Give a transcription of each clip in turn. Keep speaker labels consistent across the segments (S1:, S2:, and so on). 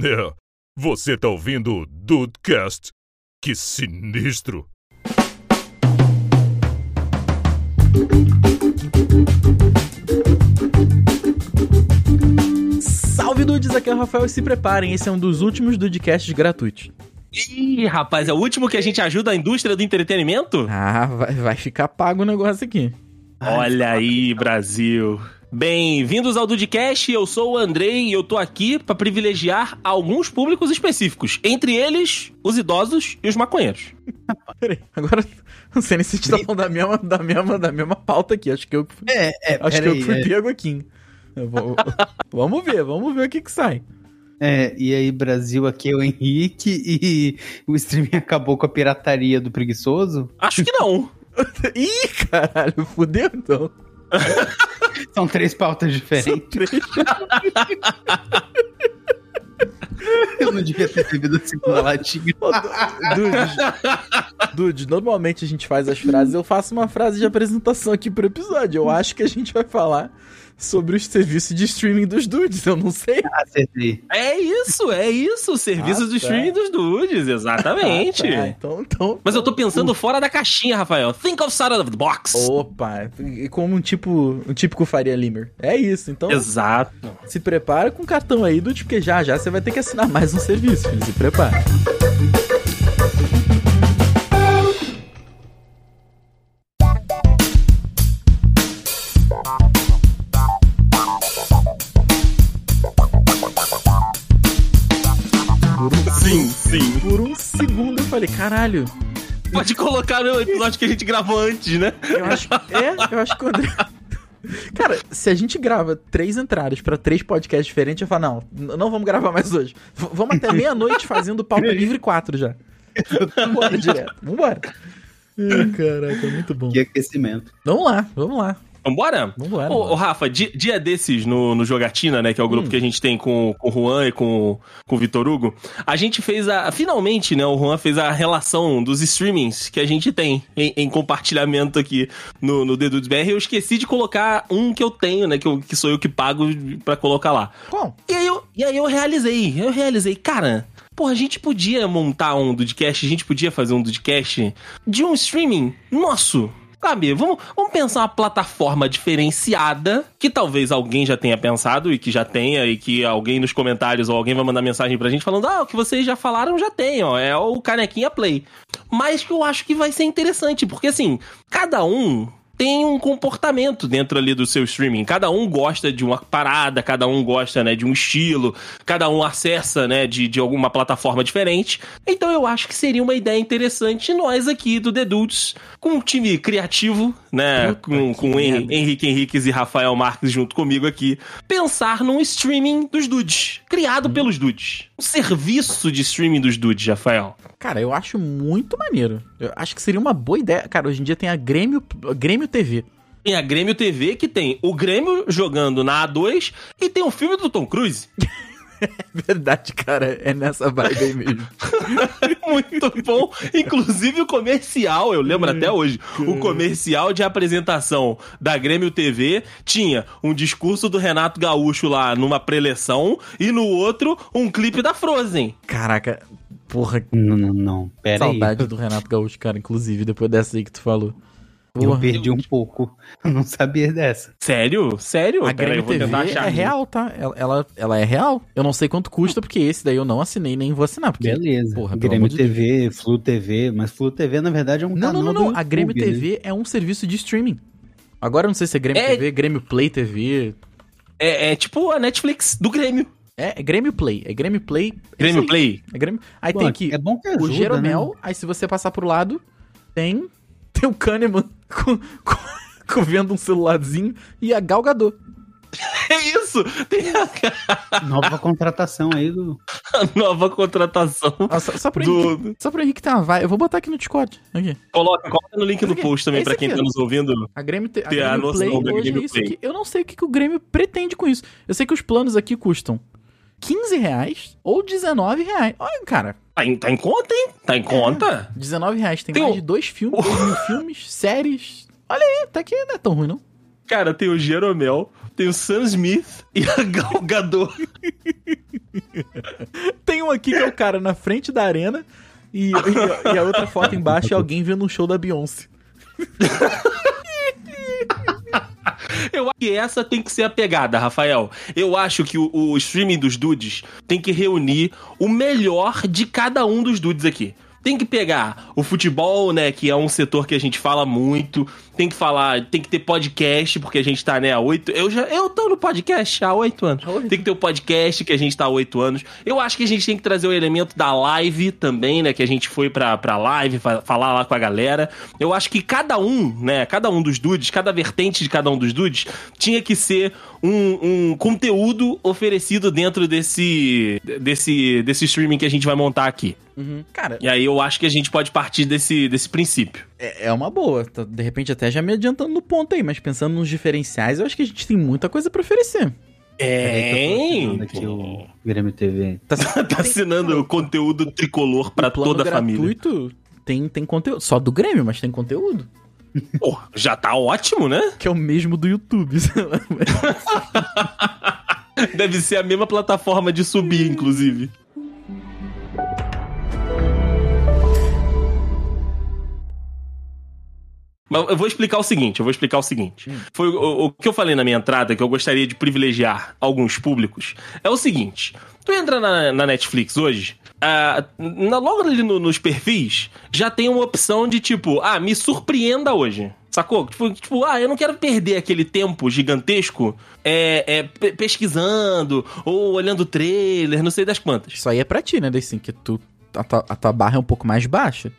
S1: É, você tá ouvindo o Dudecast? Que sinistro!
S2: Salve dudes, aqui é o Rafael e se preparem, esse é um dos últimos Dudecasts gratuitos.
S3: Ih, rapaz, é o último que a gente ajuda a indústria do entretenimento?
S2: Ah, vai, vai ficar pago o negócio aqui.
S3: Olha aí, Brasil. Bem-vindos ao Dudcast, eu sou o Andrei e eu tô aqui pra privilegiar alguns públicos específicos, entre eles os idosos e os maconheiros.
S2: Peraí, agora não sei nem se a gente tá falando da mesma, da mesma, da mesma pauta aqui, acho que eu,
S4: É, é,
S2: acho que eu
S4: peraí,
S2: fui pego aqui. hein? Eu vou- vamos ver, vamos ver o que que sai.
S4: é, é, e aí, Brasil, aqui é o Henrique e o streaming acabou com a pirataria do preguiçoso?
S3: Acho que não.
S2: Ih, caralho, fudeu então.
S4: São três pautas
S2: São
S4: diferentes.
S2: três.
S4: Eu não devia ter bebido a segunda latinha.
S2: Dude, dude, normalmente a gente faz as frases. Eu faço uma frase de apresentação aqui pro episódio. Eu acho que a gente vai falar sobre os serviços de streaming dos dudes. Eu não sei.
S4: Acertei.
S3: É isso, é isso. o Serviço
S2: Ah,
S3: do
S2: tá.
S3: streaming dos dudes, exatamente.
S2: Ah, então, então.
S3: Mas eu tô pensando fora da caixinha, Rafael. Think outside of the box.
S2: Opa, e como um tipo, um típico Faria Limer. É isso, então
S3: Exato.
S2: se prepara com o cartão aí, Dude, porque já já você vai ter que assinar mais um serviço, filho. Se prepara.
S3: Sim, sim.
S2: Por um segundo eu falei, caralho,
S3: Pode colocar no episódio que a gente gravou antes, né?
S2: Eu acho, é, eu acho que o André. Cara, se a gente grava três entradas pra três podcasts diferentes, eu falo, não, n- não vamos gravar mais hoje. V- vamos até meia-noite fazendo pauta livre 4 já. Vambora direto, vambora. Ih, Caraca, é muito bom.
S4: Que aquecimento.
S2: Vamos lá, vamos lá,
S3: Vambora?
S2: vambora.
S3: Ô, ô, Rafa, di- dia desses no, no Jogatina, né? Que é o grupo
S2: Hum.
S3: que a gente tem com, com o Juan e com, com o Vitor Hugo. A gente fez a. Finalmente, né? O Juan fez a relação dos streamings que a gente tem em, em compartilhamento aqui no, no Dedo de BR. Eu esqueci de colocar um que eu tenho, né? Que, eu, que sou eu que pago pra colocar lá.
S2: Qual?
S3: E aí eu, e aí eu realizei, eu realizei, cara, porra, a gente podia montar um Dudcast, a gente podia fazer um Dudcast de um streaming nosso. Sabe, vamos, vamos pensar uma plataforma diferenciada que talvez alguém já tenha pensado e que já tenha, e que alguém nos comentários ou alguém vai mandar mensagem pra gente falando: ah, o que vocês já falaram já tem, ó, é o Canequinha Play. Mas que eu acho que vai ser interessante, porque assim, cada um tem um comportamento dentro ali do seu streaming. Cada um gosta de uma parada, cada um gosta, né, de um estilo, cada um acessa, né, de, de alguma plataforma diferente. Então eu acho que seria uma ideia interessante nós aqui do The Dudes, com um time criativo, né,
S2: Puta
S3: com,
S2: que
S3: com Hen-
S2: merda.
S3: Henrique Henriques e Rafael Marques junto comigo aqui, pensar num streaming dos dudes,
S2: Hum.
S3: criado pelos dudes. Um serviço de streaming dos dudes, Rafael.
S2: Cara, eu acho muito maneiro. Eu acho que seria uma boa ideia. Cara, hoje em dia tem a Grêmio, a Grêmio TV.
S3: Tem a Grêmio TV que tem o Grêmio jogando na A2 e tem o filme do Tom Cruise.
S2: É Verdade, cara, é nessa vibe aí mesmo.
S3: Muito bom. Inclusive o comercial, eu lembro até hoje. O comercial de apresentação da Grêmio TV tinha um discurso do Renato Gaúcho lá numa preleção e no outro um clipe da Frozen.
S2: Caraca, porra,
S4: Não, não, não. Pera
S2: Saudade do Renato Gaúcho, cara, inclusive, depois dessa aí que tu falou.
S4: aí. Eu
S2: Porra,
S4: perdi um pouco. Eu não sabia dessa.
S3: Sério? Sério?
S2: a
S3: Peraí,
S2: Grêmio TV é real, tá? Ela, ela, ela é real. Eu não sei quanto custa, porque esse daí eu não assinei nem vou assinar. Porque...
S4: Beleza.
S2: Porra, pelo amor
S4: Grêmio
S2: de
S4: TV, Flu TV, mas Flu TV na verdade é um
S2: Não,
S4: canal
S2: não, não,
S4: do
S2: não. A Grêmio
S4: YouTube, né?
S2: TV é um serviço de streaming. Agora eu não sei se é Grêmio
S3: É-
S2: TV, Grêmio Play TV.
S3: É, é tipo a Netflix do Grêmio.
S2: É, é Grêmio Play. É Grêmio Play. é isso
S3: Grêmio
S2: aí.
S3: Play.
S2: É Grêmio... Aí
S4: Pô,
S2: tem aqui
S4: É bom que ajuda,
S2: o Jeromel,
S4: né?
S2: aí se você passar pro lado, tem, tem o Kahneman com, com- com- vendo um celularzinho e a Galgador.
S3: É isso. Tem a,
S4: né? Nova contratação aí do.
S3: a nova contratação
S2: Só, só pro Henrique
S3: do,
S2: Só pra Henrique ter uma vibe. Eu vou botar aqui no Discord. Aqui.
S3: Coloca, coloca no link do
S2: Esse
S3: post também
S2: aqui, é
S3: pra quem
S2: esse
S3: tá
S2: aqui,
S3: nos ouvindo.
S2: A Grêmio, te, a
S3: Ter a
S2: Grêmio
S3: noção
S2: Play
S3: da
S2: hoje
S3: Grêmio
S2: é isso
S3: Play.
S2: aqui. Eu não sei o que, que o Grêmio pretende com isso. Eu sei que os planos aqui custam 15 reais ou 19 reais. Olha, cara,
S3: Tá em, tá em conta, hein? Tá em conta?
S2: 19 reais. Tem,
S3: Tem
S2: mais
S3: um-
S2: de dois filmes, dois mil filmes, séries. Olha aí, tá aqui, não é tão ruim, não.
S3: Cara, tem o Jeromel, tem o Sam Smith e a Gal Gadot.
S2: Tem um aqui que é o cara na frente da arena e, e- e a outra foto embaixo é alguém vendo um show da Beyoncé.
S3: Eu acho que essa tem que ser a pegada, Rafael. Eu acho que o, o streaming dos dudes tem que reunir o melhor de cada um dos dudes aqui. Tem que pegar o futebol, né, que é um setor que a gente fala muito. Tem que falar, tem que ter podcast, porque a gente tá, né, há oito... Eu já eu tô no podcast há oito anos. Tem que ter o podcast, que a gente tá há oito anos. Eu acho que a gente tem que trazer o elemento da live também, né, que a gente foi pra, pra live, fa- falar lá com a galera. Eu acho que cada um, né, cada um dos dudes, cada vertente de cada um dos dudes, tinha que ser um, um conteúdo oferecido dentro desse, desse, desse streaming que a gente vai montar aqui.
S2: Uhum. Cara,
S3: E aí eu acho que a gente pode partir desse, desse princípio.
S2: é, é uma boa. Tá, De repente, até já me adiantando no ponto aí, mas pensando nos diferenciais, eu acho que a gente tem muita coisa pra oferecer.
S4: É, Peraí que eu tô assinando aqui um- o Grêmio TV.
S2: Tá, tá
S3: Tá assinando conteúdo tricolor pra toda a família.
S2: gratuito tem, tem conteúdo. Só do Grêmio, mas tem conteúdo.
S3: Pô, já tá ótimo, né?
S2: Que é o mesmo do YouTube. sei lá.
S3: Deve ser a mesma plataforma de subir, inclusive. Mas eu vou explicar o seguinte, eu vou explicar o seguinte. Foi o, o que eu falei na minha entrada, que eu gostaria de privilegiar alguns públicos, é o seguinte. Tu entra na, na Netflix hoje, ah, na, logo ali no- nos perfis, já tem uma opção de tipo, ah, me surpreenda hoje. Sacou? Tipo, tipo, ah, eu não quero perder aquele tempo gigantesco é, é, pe- pesquisando ou olhando trailer, não sei das quantas.
S2: Isso aí é pra ti, né, assim Que tu. A tua, a tua barra é um pouco mais baixa.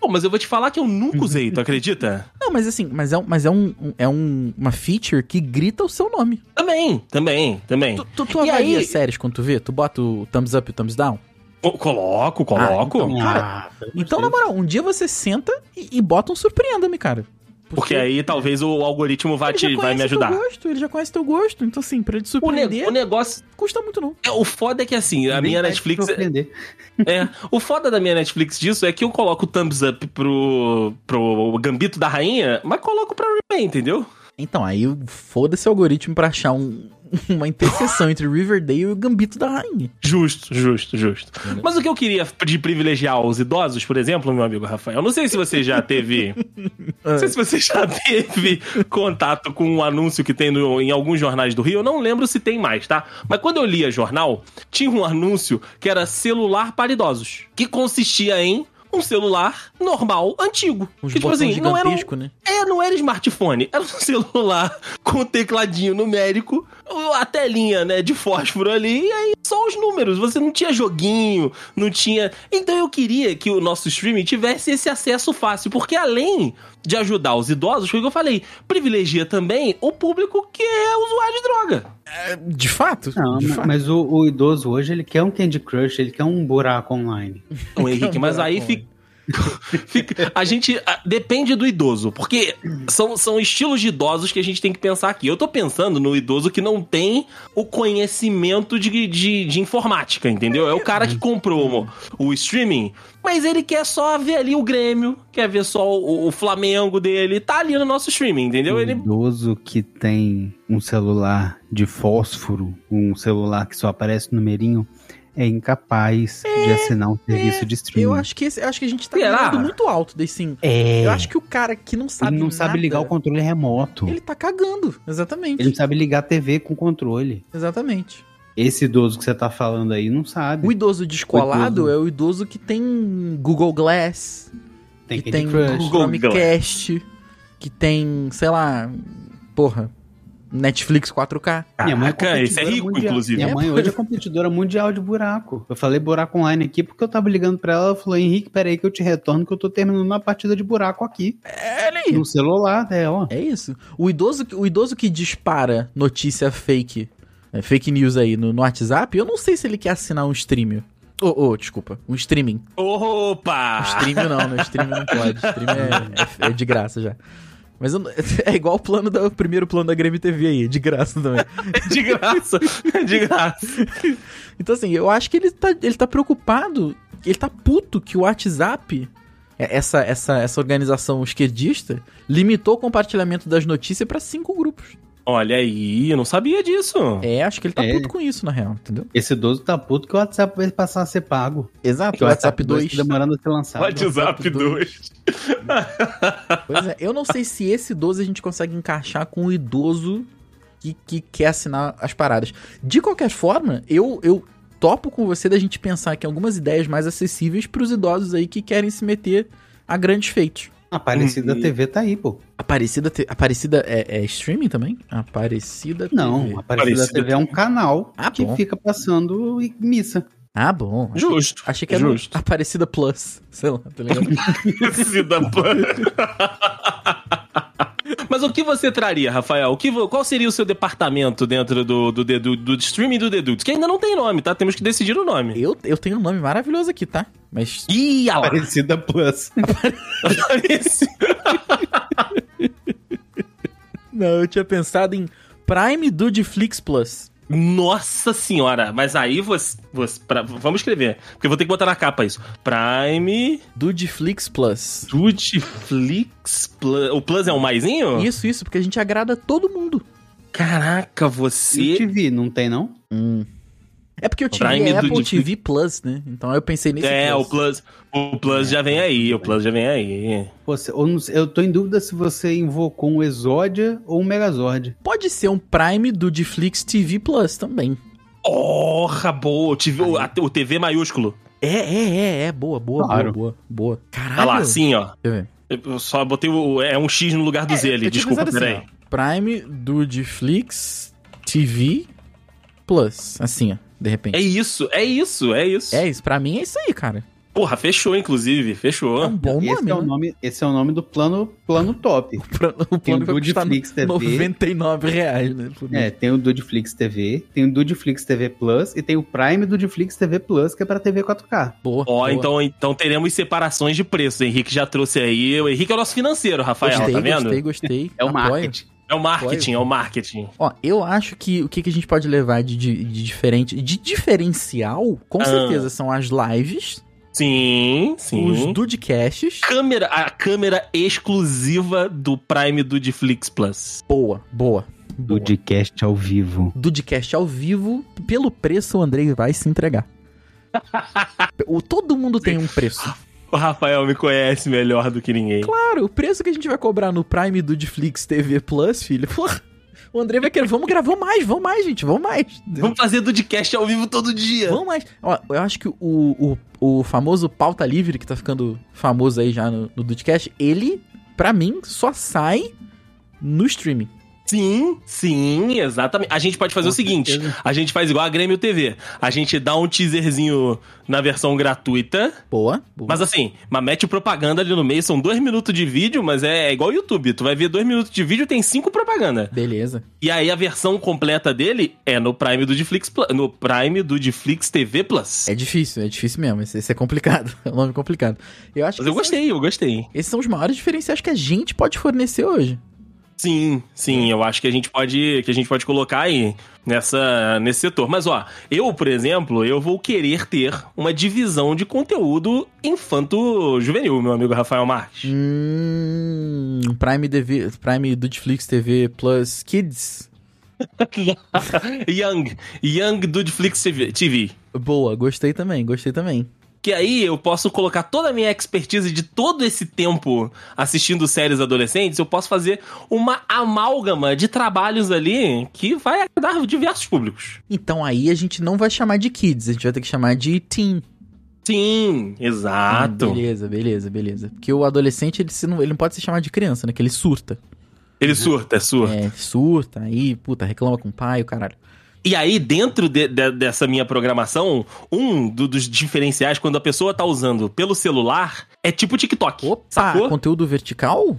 S3: Pô, mas eu vou te falar que eu nunca usei, tu acredita?
S2: Não, mas assim, mas é, um- mas é, um, um- é um, uma feature que grita o seu nome.
S3: Também, também, também.
S2: Tu, tu, tu
S3: E
S2: avalia
S3: aí-
S2: séries quando tu vê? Tu bota o thumbs up e o thumbs down?
S3: Co- Coloco, coloco.
S2: então. Cara,
S4: Ah,
S2: Então, na moral, um dia você senta e, e bota um surpreenda-me, cara.
S3: Porque aí talvez o algoritmo vai,
S2: ele já
S3: te, vai
S2: conhece
S3: me ajudar.
S2: teu gosto, ele já conhece teu gosto. Então, assim, pra ele te
S3: O, ne-
S2: surpreender,
S3: o negócio.
S2: custa muito não.
S3: É, o foda é que assim, a
S4: Nem
S3: minha
S4: pede
S3: Netflix.
S4: pra aprender.
S3: É, o foda da minha Netflix disso é que eu coloco o thumbs up pro, pro Gambito da Rainha, mas coloco pra Remain, entendeu?
S2: Então, aí foda-se o algoritmo pra achar um- uma interseção entre Riverdale e o Gambito da Rainha.
S3: Justo, justo, justo. Mas o que eu queria de privilegiar os idosos, por exemplo, meu amigo Rafael, não sei se você já teve. não sei se você já teve contato com um anúncio que tem no- em alguns jornais do Rio, eu não lembro se tem mais, tá? Mas quando eu lia jornal, tinha um anúncio que era celular para idosos, que consistia em um celular normal, antigo.
S2: Uns
S3: que, tipo
S2: botões
S3: assim, não era um-
S2: gigantescos, né?
S3: é, não era smartphone, era um celular com um tecladinho numérico, a telinha, né, de fósforo ali, e aí só os números, você não tinha joguinho, não tinha... Então eu queria que o nosso streaming tivesse esse acesso fácil, porque além de ajudar os idosos, foi o que eu falei, privilegia também o público que é usuário de droga.
S2: É, De fato?
S4: Não,
S2: de
S4: ma-
S2: fato.
S4: mas o, o idoso hoje, ele quer um Candy Crush, ele quer um buraco online.
S3: Não, Henrique, mas aí fica... fica- a gente ah, depende do idoso, porque são, são estilos de idosos que a gente tem que pensar aqui. Eu tô pensando no idoso que não tem o conhecimento de, de, de informática, entendeu? É o cara que comprou o, o streaming, mas ele quer só ver ali o Grêmio, quer ver só o, o Flamengo dele, tá ali no nosso streaming, entendeu?
S4: O
S3: Ele
S4: idoso que tem um celular de fósforo, um celular que só aparece numerinho, é incapaz de assinar um serviço de streaming.
S2: É, Eu acho que, esse- eu acho que a gente tá
S3: Será?
S2: mirando muito alto, daí sim.
S4: É.
S2: Eu acho que o cara que não sabe
S4: ele não sabe
S2: nada,
S4: ligar o controle remoto.
S2: Ele tá cagando, exatamente.
S4: Ele não sabe ligar a TV com controle.
S2: Exatamente.
S4: Esse idoso que você tá falando aí não sabe.
S2: O idoso descolado
S4: O idoso.
S2: é o idoso que tem Google Glass,
S4: Tem
S2: que
S4: Candy
S2: tem
S4: Crush.
S2: Google
S3: Google
S2: Chromecast, que tem, sei lá, porra, Netflix 4K.
S4: Hum.
S3: Caraca, esse é
S4: competidora
S3: rico,
S4: mundial.
S3: inclusive.
S4: Minha
S2: É,
S4: mãe
S2: pois.
S4: hoje é competidora mundial de buraco. Eu falei buraco online aqui porque eu tava ligando pra ela, ela falou, Henrique, peraí que eu te retorno que eu tô terminando uma partida de buraco aqui.
S2: É, ele-
S4: No celular né, dela.
S2: é isso. O idoso, que- o idoso que dispara notícia fake, é, fake news aí no, no WhatsApp, eu não sei se ele quer assinar um streaming. Ô, ô, desculpa, um streaming.
S4: é
S3: Opa!
S2: Streaming não, né? Streaming não pode. Streaming é, é- é de graça já. Mas eu não- é igual o plano da, o primeiro plano da Grêmio TV aí, é de graça também.
S3: De graça, de graça.
S2: Então, assim, eu acho que ele tá, ele tá preocupado, ele tá puto que o WhatsApp, é- essa, essa, essa organização esquerdista, limitou o compartilhamento das notícias pra cinco grupos.
S3: Olha aí, eu não sabia disso.
S2: É, acho que ele tá
S4: É.
S2: puto com isso, na real, entendeu?
S4: Esse idoso tá puto que o WhatsApp vai passar a ser pago.
S2: Exato,
S3: Ah,
S4: Que
S2: o WhatsApp 2.
S4: tá demorando a ser lançado.
S3: WhatsApp 2.
S2: Pois é, eu não sei se esse idoso a gente consegue encaixar com o idoso que, que quer assinar as paradas. De qualquer forma, eu, eu topo com você da gente pensar aqui em algumas ideias mais acessíveis pros idosos aí que querem se meter a grandes feitos.
S4: Aparecida
S3: Hum.
S4: TV tá aí, pô.
S2: Aparecida, te- Aparecida é, é streaming também? Aparecida TV.
S4: Não, Aparecida,
S3: Hum, Aparecida
S4: TV é um canal
S2: Ah,
S4: que
S2: bom.
S4: fica passando e- missa.
S2: Ah, bom.
S3: Justo.
S2: Achei que era um
S3: Justo.
S2: Aparecida Plus. Sei lá, tá ligado?
S3: Cida Pan. Mas o que você traria, Rafael? O que, vo- qual seria o seu departamento dentro do, do, Dedu- do streaming do Dedudes? Que ainda não tem nome, tá? Temos que decidir o nome.
S2: eu, eu tenho um nome maravilhoso aqui, tá? Mas
S3: Ih, a lá.
S4: Aparecida Plus.
S2: Não, eu tinha pensado em Prime Dudeflix Plus.
S3: Nossa senhora, mas aí você. você- pra- vamos escrever, porque eu vou ter que botar na capa isso. Prime
S2: Dudeflix Plus.
S3: Dutflix Plus. O Plus é um maisinho?
S2: Isso, isso, porque a gente agrada todo mundo.
S3: Caraca,
S4: E
S3: você.
S4: TV, não tem não?
S2: É porque eu tive
S3: Prime
S2: a Apple
S3: Dudeflix.
S2: TV Plus, né? Então eu pensei nesse
S3: É, o
S2: Plus.
S3: Plus. O Plus já vem aí, o Plus já vem aí.
S4: Pô, se- eu, não sei- eu tô em dúvida se você invocou um Exódia ou um Megazord.
S2: Pode ser um Prime Dudeflix TV Plus também.
S3: Porra, boa! O TV, o, a- o TV maiúsculo.
S2: É, é, é, é. Boa, boa,
S4: Claro.
S2: boa, boa, boa. Caralho.
S3: Tá lá, assim, ó.
S2: Deixa eu ver.
S3: Eu eu só botei o. É um X no lugar do Z ali,
S2: Eu tinha
S3: desculpa,
S2: pensado
S3: peraí.
S2: assim, ó. Prime Dudeflix TV Plus. Assim, ó. De repente.
S3: é isso, é isso, é isso.
S2: É isso, pra mim é isso aí, cara.
S3: Porra, fechou, inclusive, fechou.
S2: É um bom
S4: esse,
S2: nome,
S4: é o
S2: né?
S4: nome esse é o nome do plano, plano top.
S2: Pra- O
S4: Tem
S2: plano
S4: o
S2: que vai custar
S4: Dudeflix TV.
S2: 99 reais, né? Por
S4: É, tem o Dudeflix TV, tem o Dudeflix TV Plus e tem o Prime Dudeflix TV Plus, que é pra TV 4K.
S2: Boa.
S3: Ó,
S2: boa.
S3: então, então teremos separações de preço. O Henrique já trouxe aí. O Henrique é o nosso financeiro, Rafael,
S2: Gostei,
S3: tá vendo?
S2: gostei, gostei.
S4: É o
S2: Apoio.
S4: marketing.
S3: É o marketing, é o marketing.
S2: Ó, eu acho que o que, que a gente pode levar de, de, de diferente. De diferencial, com
S3: Ah.
S2: certeza, são as lives,
S3: Sim,
S2: os
S3: sim.
S2: Dudcasts.
S3: Câmera, a câmera exclusiva do Prime do Netflix Plus.
S2: Boa, boa. boa.
S4: Dudcast ao vivo.
S2: Dudcast ao vivo, pelo preço o Andrei vai se entregar. o, todo mundo tem um preço.
S3: O Rafael me conhece melhor do que ninguém.
S2: Claro, o preço que a gente vai cobrar no Prime do Netflix TV Plus, filho, porra, o André vai querer, vamos gravar mais, vamos mais, gente, vamos mais.
S3: Vamos fazer Dudcast ao vivo todo dia.
S2: Vamos mais. Ó, eu acho que o, o, o famoso pauta livre, que tá ficando famoso aí já no, no Dudcast, ele, pra mim, só sai no streaming.
S3: Sim, sim, exatamente. A gente pode fazer o seguinte: a gente faz igual a Grêmio TV. A gente dá um teaserzinho na versão gratuita.
S2: Boa. boa.
S3: Mas assim, mas mete propaganda ali no meio, são dois minutos de vídeo, mas é igual o YouTube. Tu vai ver dois minutos de vídeo, tem cinco propaganda.
S2: Beleza.
S3: E aí a versão completa dele é no Prime do Netflix Plus, no Prime do Netflix TV Plus.
S2: É difícil, é difícil mesmo. Esse, esse é complicado. É um nome complicado. Eu acho
S3: Mas
S2: que
S3: eu gostei, eu gostei.
S2: Esses, esses são os maiores diferenciais que a gente pode fornecer hoje.
S3: Sim, sim, eu acho que a gente pode, que a gente pode colocar aí nessa, nesse setor. Mas ó, eu, por exemplo, eu vou querer ter uma divisão de conteúdo infanto-juvenil, meu amigo Rafael Marques.
S2: Hum. Prime, TV, Prime Dudflix TV Plus Kids.
S3: Young, Young do Netflix TV.
S2: Boa, gostei também, gostei também.
S3: Que aí eu posso colocar toda a minha expertise de todo esse tempo assistindo séries adolescentes, eu posso fazer uma amálgama de trabalhos ali que vai agradar diversos públicos.
S2: Então aí a gente não vai chamar de kids, a gente vai ter que chamar de teen.
S3: Sim,
S2: Ah,
S3: exato.
S2: Beleza, beleza, beleza. Porque o adolescente, ele, se não, ele não pode ser chamado de criança, né? Que ele surta.
S3: Ele surta, surta.
S2: É, surta, aí, puta, reclama com o pai, o caralho.
S3: E aí, dentro de- de- dessa minha programação, um do- dos diferenciais quando a pessoa tá usando pelo celular é tipo TikTok.
S2: Opa,
S3: Sacou?
S2: conteúdo vertical?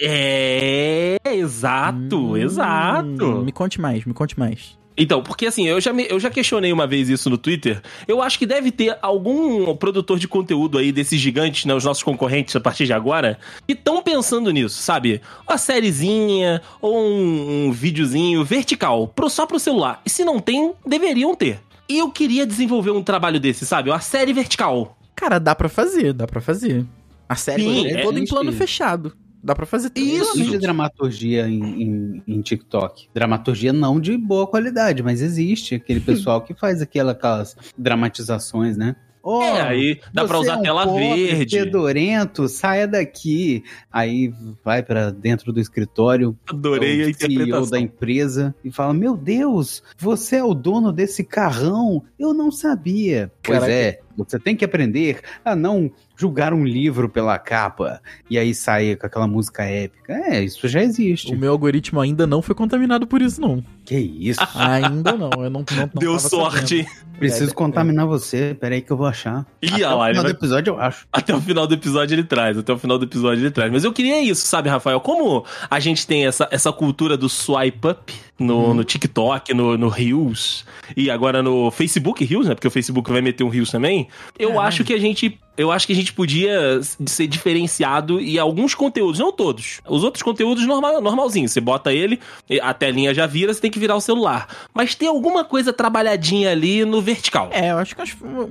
S3: É, exato,
S2: Hum,
S3: exato.
S2: Me conte mais, me conte mais.
S3: Então, porque assim, eu já, me- eu já questionei uma vez isso no Twitter. Eu acho que deve ter algum produtor de conteúdo aí desses gigantes, né? Os nossos concorrentes a partir de agora, que estão pensando nisso, sabe? Uma sériezinha ou um, um videozinho vertical, pro, só pro celular. E se não tem, deveriam ter. E eu queria desenvolver um trabalho desse, sabe? Uma série vertical.
S2: Cara, dá pra fazer, dá pra fazer. A série
S3: Sim,
S2: é
S3: é,
S2: toda em
S4: gente.
S2: plano fechado. Dá pra fazer tudo.
S3: Isso.
S4: Existe dramaturgia em, em- em TikTok. Dramaturgia não de boa qualidade, mas existe aquele pessoal que faz aquela- aquelas dramatizações, né? Oh,
S3: É, aí dá pra
S4: você
S3: usar
S4: é
S3: a tela
S4: pobre,
S3: verde.
S4: Fedorento, saia daqui. Aí vai pra dentro do escritório,
S3: Adorei
S4: é
S3: a
S4: o CEO da
S3: interpretação.
S4: é
S2: Caraca.
S4: Pois é, você tem que aprender a não julgar um livro pela capa e aí sair com aquela música épica. É, isso já existe.
S2: O meu algoritmo ainda não foi contaminado por isso, não.
S3: é
S4: Que isso?
S2: Ainda não. Eu não, não, não
S3: Deu
S2: tava
S3: sorte.
S2: sabendo.
S4: Ah, Preciso
S2: é.
S4: contaminar você. Peraí que eu vou achar.
S3: Ih,
S4: Até
S3: olha lá,
S4: o
S3: ele
S4: final do
S3: vai-
S4: episódio eu acho.
S3: Até o final do episódio ele traz, até o final do episódio ele traz. Mas eu queria isso, sabe, Rafael? Como a gente tem essa, essa cultura do swipe up no,
S2: Uhum.
S3: no TikTok, no, no Reels, e agora no Facebook Reels, né? Porque o Facebook vai meter um Reels também. Eu
S2: Caralho.
S3: acho que a gente. Eu acho que a gente podia ser diferenciado e alguns conteúdos, não todos. Os outros conteúdos normal, normalzinho. Você bota ele, a telinha já vira, você tem que virar o celular. Mas tem alguma coisa trabalhadinha ali no vertical.
S2: É, eu acho que acho uma,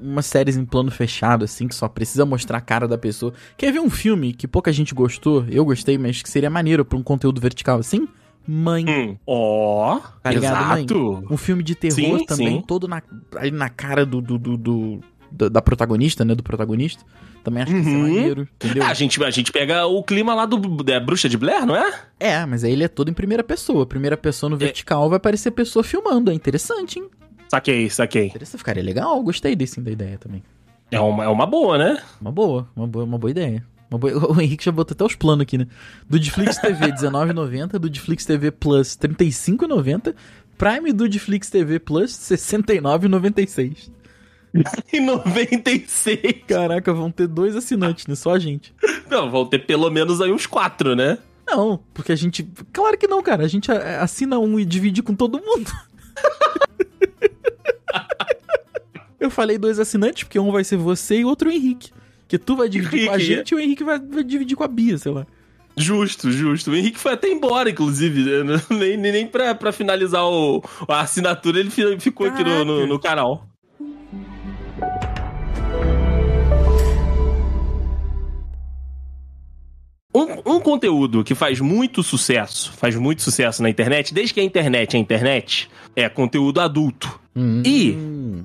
S2: uma séries em plano fechado, assim, que só precisa mostrar a cara da pessoa. Quer ver um filme que pouca gente gostou, eu gostei, mas que seria maneiro pra um conteúdo vertical assim? Mãe.
S3: Hum. Ó,
S2: Tá ligado, mãe?
S3: exato.
S2: Um filme de terror
S3: Sim,
S2: também,
S3: sim.
S2: todo na, aí na cara do, do, do- do- da, da protagonista, né? Do protagonista. Também acho que isso é
S3: Uhum.
S2: maneiro, entendeu?
S3: Ah, a, gente, a gente pega o clima lá do, da Bruxa de Blair, não é?
S2: É, mas aí ele é todo em primeira pessoa. Primeira pessoa no vertical vai aparecer pessoa filmando. É interessante, hein?
S3: Saquei, saquei.
S2: Interessante, ficaria legal. Gostei desse, da ideia também.
S3: É uma, é uma boa, né?
S2: Uma boa, uma boa, uma boa ideia. Uma boa- O Henrique já botou até os planos aqui, né? Do Netflix TV R$19,90, do Netflix TV Plus R$35,90, Prime do Netflix TV Plus R$69,96.
S3: Em 96.
S2: Caraca, vão ter dois assinantes, né? Só a gente.
S3: Não, vão ter pelo menos aí uns quatro, né?
S2: Não, porque a gente. Claro que não, cara. A gente a- assina um e divide com todo mundo. Eu falei dois assinantes, porque um vai ser você e outro o Henrique. Que tu vai dividir com a
S3: Henrique.
S2: gente e o Henrique vai, vai dividir com a Bia, sei lá.
S3: Justo, justo. O Henrique foi até embora, inclusive. né? Nem, nem, nem pra, pra finalizar o, a assinatura, ele fi- ficou aqui no, no, no canal. Um, um conteúdo que faz muito sucesso, faz muito sucesso na internet, desde que a internet é internet, é conteúdo adulto E-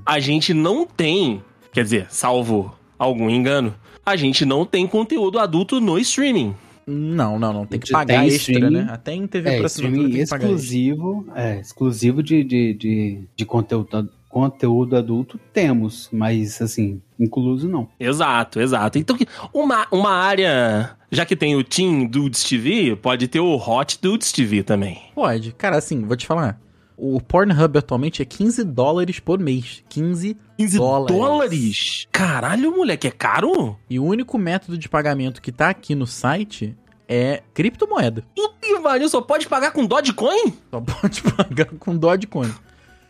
S3: a gente não tem, quer dizer, salvo algum engano, a gente não tem conteúdo adulto no streaming.
S2: Não, não, não. Tem que
S4: Tem
S2: pagar extra,
S4: streaming.
S2: né? Até em TV
S4: É,
S2: por assinatura
S4: streaming
S2: tem que pagar extra.
S4: exclusivo, é, exclusivo de, de, de, de conteúdo, conteúdo adulto temos, mas assim, incluso não.
S3: Exato, exato. Então, que- uma, uma área. Já que tem o Team Dudes TV, pode ter o Hot Dudes TV também.
S2: Pode. Cara, assim, vou te falar. O Pornhub atualmente é 15 dólares por mês. 15
S3: 15
S2: Dólares.
S3: dólares. Caralho, moleque, é caro?
S2: E o único método de pagamento que tá aqui no site é criptomoeda.
S3: Puta que pariu, só pode pagar com Dogecoin?
S2: Só pode pagar com Dogecoin.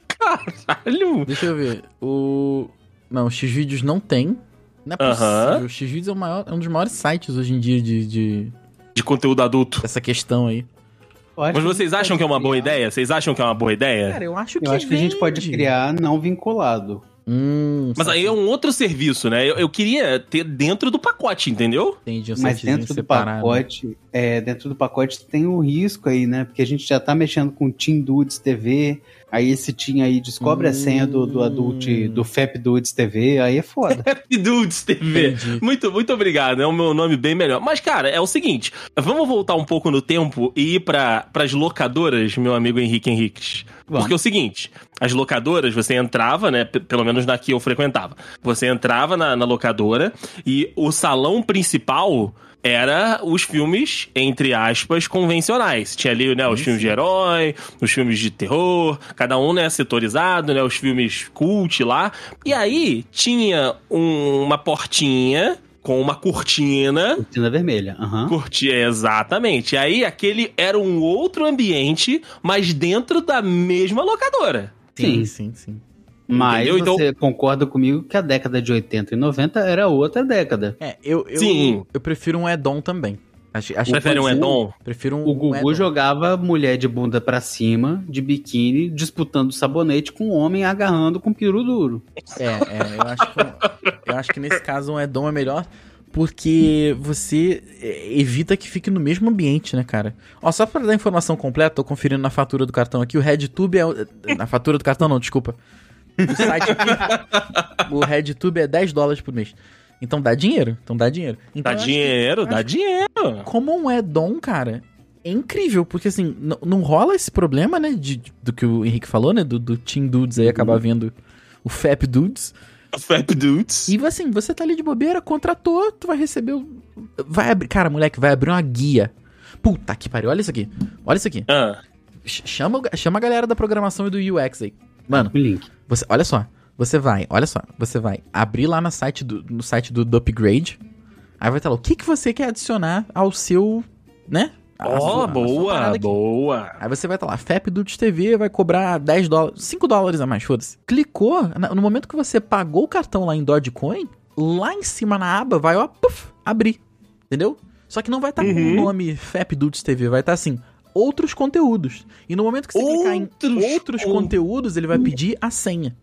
S3: Caralho!
S2: Deixa eu ver. O. Não, o Xvideos não tem. Não é
S3: Aham.
S2: possível. O Xvideos é, o maior- é um dos maiores sites hoje em dia de, de-
S3: De conteúdo adulto.
S2: dessa questão aí.
S4: Eu acho
S3: Mas
S4: que a
S3: vocês
S4: gente
S3: acham
S4: pode
S3: que é uma boa
S4: criar-
S3: ideia? Vocês acham que é uma boa ideia?
S2: Cara, eu acho que.
S4: Eu acho que a gente pode
S2: vende.
S4: criar não vinculado.
S2: Hum,
S3: Mas aí é um outro serviço, né? Eu, eu queria ter dentro do pacote, entendeu?
S2: entendi, um
S4: Mas
S2: sitezinho
S4: dentro
S3: né?
S4: do
S2: separado.
S4: pacote, é, dentro do pacote tem um risco aí, né? Porque a gente já tá mexendo com Team Dudes TV, aí esse Team aí descobre a senha do, do adult,
S3: Hum.
S4: do FAP Dudes TV, aí é foda.
S3: Happy Dudes TV.
S2: Entendi.
S3: Muito, muito obrigado. É o meu nome bem melhor. Mas, cara, é o seguinte: vamos voltar um pouco no tempo e ir pra, pras locadoras, meu amigo Henrique Henriques.
S4: Vamos.
S3: Porque é o seguinte, as locadoras, você entrava, né? p- Pelo menos na que eu frequentava. Você entrava na, na locadora e o salão principal era os filmes, entre aspas, convencionais. Tinha ali, né, os
S2: Sim,
S3: filmes de herói, os filmes de terror, cada um, né, setorizado, né, os filmes cult lá. E aí tinha um- uma portinha com uma cortina
S4: Cortina vermelha, aham.
S3: Curtia, exatamente. Aí aquele era um outro ambiente, mas dentro da mesma locadora.
S2: Sim, sim, sim.
S4: Mas
S3: Entendeu? Então-
S4: você concorda comigo que a década de 80 e 90 era outra década.
S2: É, eu, eu,
S3: Sim.
S2: eu prefiro um add-on também. Acho, acho
S3: Prefere um
S2: pode ser.
S3: Edom?
S2: Prefiro um
S4: O Gugu
S3: é,
S2: add-on.
S4: jogava mulher de bunda pra cima, de biquíni, disputando sabonete com um homem agarrando com peru duro.
S2: É, é, eu acho que, eu acho que nesse caso um add-on é melhor. porque você eh, evita que fique no mesmo ambiente, né, cara? Ó, só pra dar informação completa, tô conferindo na fatura do cartão aqui, o RedTube é... o- Na fatura do cartão não, desculpa. O site aqui, o RedTube é 10 dólares por mês. Então dá dinheiro, então dá dinheiro. Então,
S3: Dá
S2: eu acho que
S3: dinheiro, dá dinheiro.
S2: Como um add-on, cara, é incrível, porque assim, n- não rola esse problema, né, de, de- do que o Henrique falou, né, do, do Team Dudes aí
S3: Uhum.
S2: acabar vendo o Fap Dudes.
S3: Fap Dudes.
S2: E assim, você tá ali de bobeira, contratou, tu vai receber. o- Vai abrir. Cara, moleque, vai abrir uma guia. Puta que pariu, olha isso aqui. Olha isso aqui.
S3: Ah,
S2: Ch- Chama, o ga- chama a galera da programação e do UX aí. Mano,
S4: O link.
S2: você, olha só. Você vai, olha só. Você vai abrir lá no site do, no site do, do Upgrade. Aí vai estar lá, o que, que você quer adicionar ao seu. Né? À
S3: ó,
S2: sua- à sua parada
S3: boa,
S2: aqui.
S3: boa.
S2: Aí você vai estar lá, FAP Dudes TV vai cobrar 10 dólares, 5 dólares a mais, foda-se. Clicou, na- no momento que você pagou o cartão lá em Dogecoin, lá em cima na aba vai, ó, puff, abrir. Entendeu? Só que não vai estar com
S3: Uhum.
S2: o nome FAP Dudes TV, vai estar assim, outros conteúdos. E no momento que você clicar em
S3: Outros
S2: outros
S3: con-
S2: conteúdos, ele vai pedir a senha.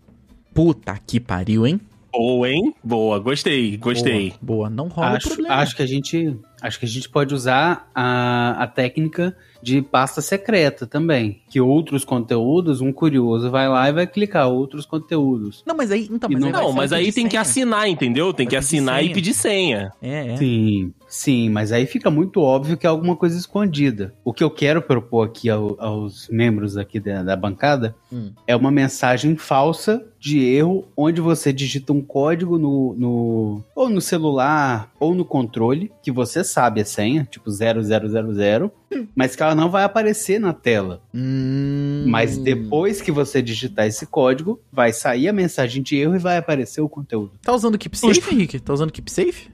S2: Puta que pariu, hein?
S3: Boa, hein? Boa, gostei, gostei.
S2: Boa, boa. não rola o
S4: Acho,
S2: problema.
S4: acho que a gente acho que a gente pode usar a, a técnica de pasta secreta também. Que outros conteúdos, um curioso vai lá e vai clicar outros conteúdos.
S2: Não, mas aí, então,
S4: E
S2: mas
S4: não-
S2: aí vai
S3: Não,
S2: sair
S3: mas aí
S2: pedir
S3: tem que
S2: senha.
S3: assinar, entendeu? Tem
S2: Vai pedir
S3: que assinar e
S2: senha.
S3: pedir senha.
S2: É, é.
S4: Sim, sim, mas aí fica muito óbvio que é alguma coisa escondida. O que eu quero propor aqui ao- aos membros aqui da, da bancada
S2: Hum.
S4: é uma mensagem falsa de erro, onde você digita um código no, no ou no celular ou no controle que você sabe a senha, tipo 0000, mas que ela não vai aparecer na tela.
S2: Hum.
S4: Mas depois que você digitar esse código, vai sair a mensagem de erro e vai aparecer o conteúdo.
S2: Tá usando o KeepSafe, Henrique? Tá usando o KeepSafe?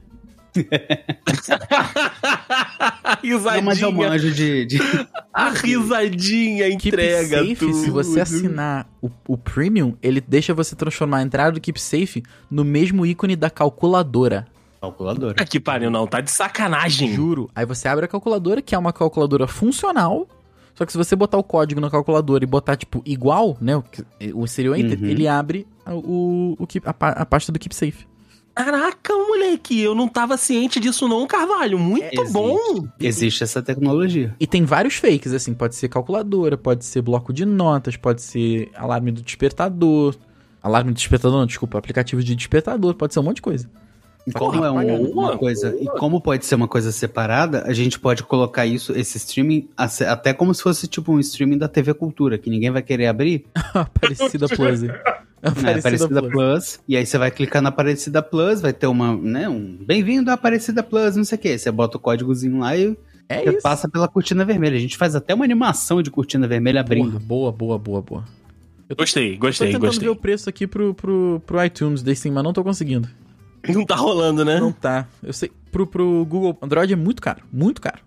S4: Não, mas eu
S3: risadinha,
S4: manjo de- de...
S3: é a risadinha
S2: Keep
S3: entrega
S2: Safe,
S3: tudo.
S2: se você assinar o, o Premium, ele deixa você transformar a entrada do Keep Safe no mesmo ícone da calculadora.
S4: calculadora.
S3: Ah, que pariu, não, tá de sacanagem.
S2: Juro. Aí você abre a calculadora, que é uma calculadora funcional. Só que se você botar o código na calculadora e botar, tipo, igual, né? O, que- o serial enter,
S4: Uhum.
S2: ele abre o, o keep- a, pa- a pasta do Keep Safe.
S3: Caraca, moleque, eu não tava ciente disso não, Carvalho. Muito
S4: É,
S3: bom.
S4: Existe essa tecnologia.
S2: E tem vários fakes, assim, pode ser calculadora, pode ser bloco de notas, pode ser alarme do despertador. Alarme do despertador, não, desculpa, aplicativo de despertador, pode ser um monte de coisa.
S4: E
S2: Só
S4: como
S2: que
S4: é
S2: tem que
S4: um-
S3: pagar.
S4: uma
S3: Boa,
S4: coisa,
S3: boa.
S4: e como pode ser uma coisa separada, a gente pode colocar isso, esse streaming, ace- até como se fosse tipo um streaming da TV Cultura, que ninguém vai querer abrir.
S2: Aparecida Plus. hein?
S4: Né?
S2: Aparecida,
S4: Aparecida
S2: Plus.
S4: Plus. E aí você vai clicar na Aparecida Plus, vai ter uma, né, um bem-vindo à Aparecida Plus, não sei o que. Você bota o códigozinho lá e
S2: É
S4: você
S2: isso.
S4: passa pela cortina vermelha. A gente faz até uma animação de cortina vermelha abrindo.
S2: Porra, boa, boa, boa, boa.
S3: Gostei,
S2: Tô
S3: gostei,
S2: tentando ver
S3: gostei.
S2: o preço aqui pro, pro, pro iTunes desse, sim, mas não tô conseguindo.
S3: Não tá rolando, né?
S2: Não tá. Eu sei. Pro, pro Google Android é muito caro. Muito caro.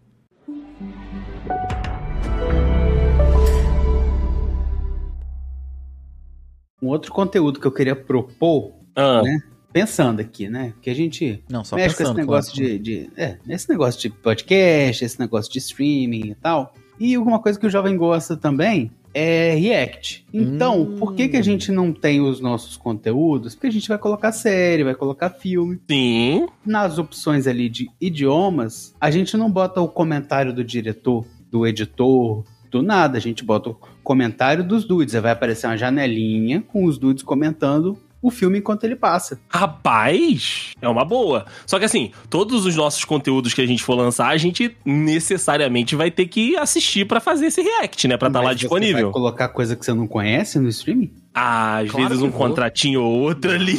S4: Um outro conteúdo que eu queria propor,
S3: Ah,
S4: Né? pensando aqui, né? Porque a gente
S2: Não, só
S4: mexe
S2: pensando.
S4: com esse negócio
S2: claro.
S4: de, de- é, esse negócio de podcast, esse negócio de streaming e tal. E alguma coisa que o jovem gosta também é React. Então,
S2: Hum.
S4: por que que a gente não tem os nossos conteúdos? Porque a gente vai colocar série, vai colocar filme.
S3: Sim.
S4: Nas opções ali de idiomas, a gente não bota o comentário do diretor, do editor, do nada. A gente bota o comentário dos dudes. Aí vai aparecer uma janelinha com os dudes comentando o filme enquanto ele passa.
S3: Rapaz, é uma boa. Só que assim, todos os nossos conteúdos que a gente for lançar, a gente necessariamente vai ter que assistir pra fazer esse react, né? Pra estar
S4: Mas
S3: lá
S4: você Vai
S3: disponível.
S4: colocar coisa que você não conhece no streaming?
S3: Às
S2: Claro
S3: vezes
S2: que
S3: um
S2: vou.
S3: contratinho ou outro ali.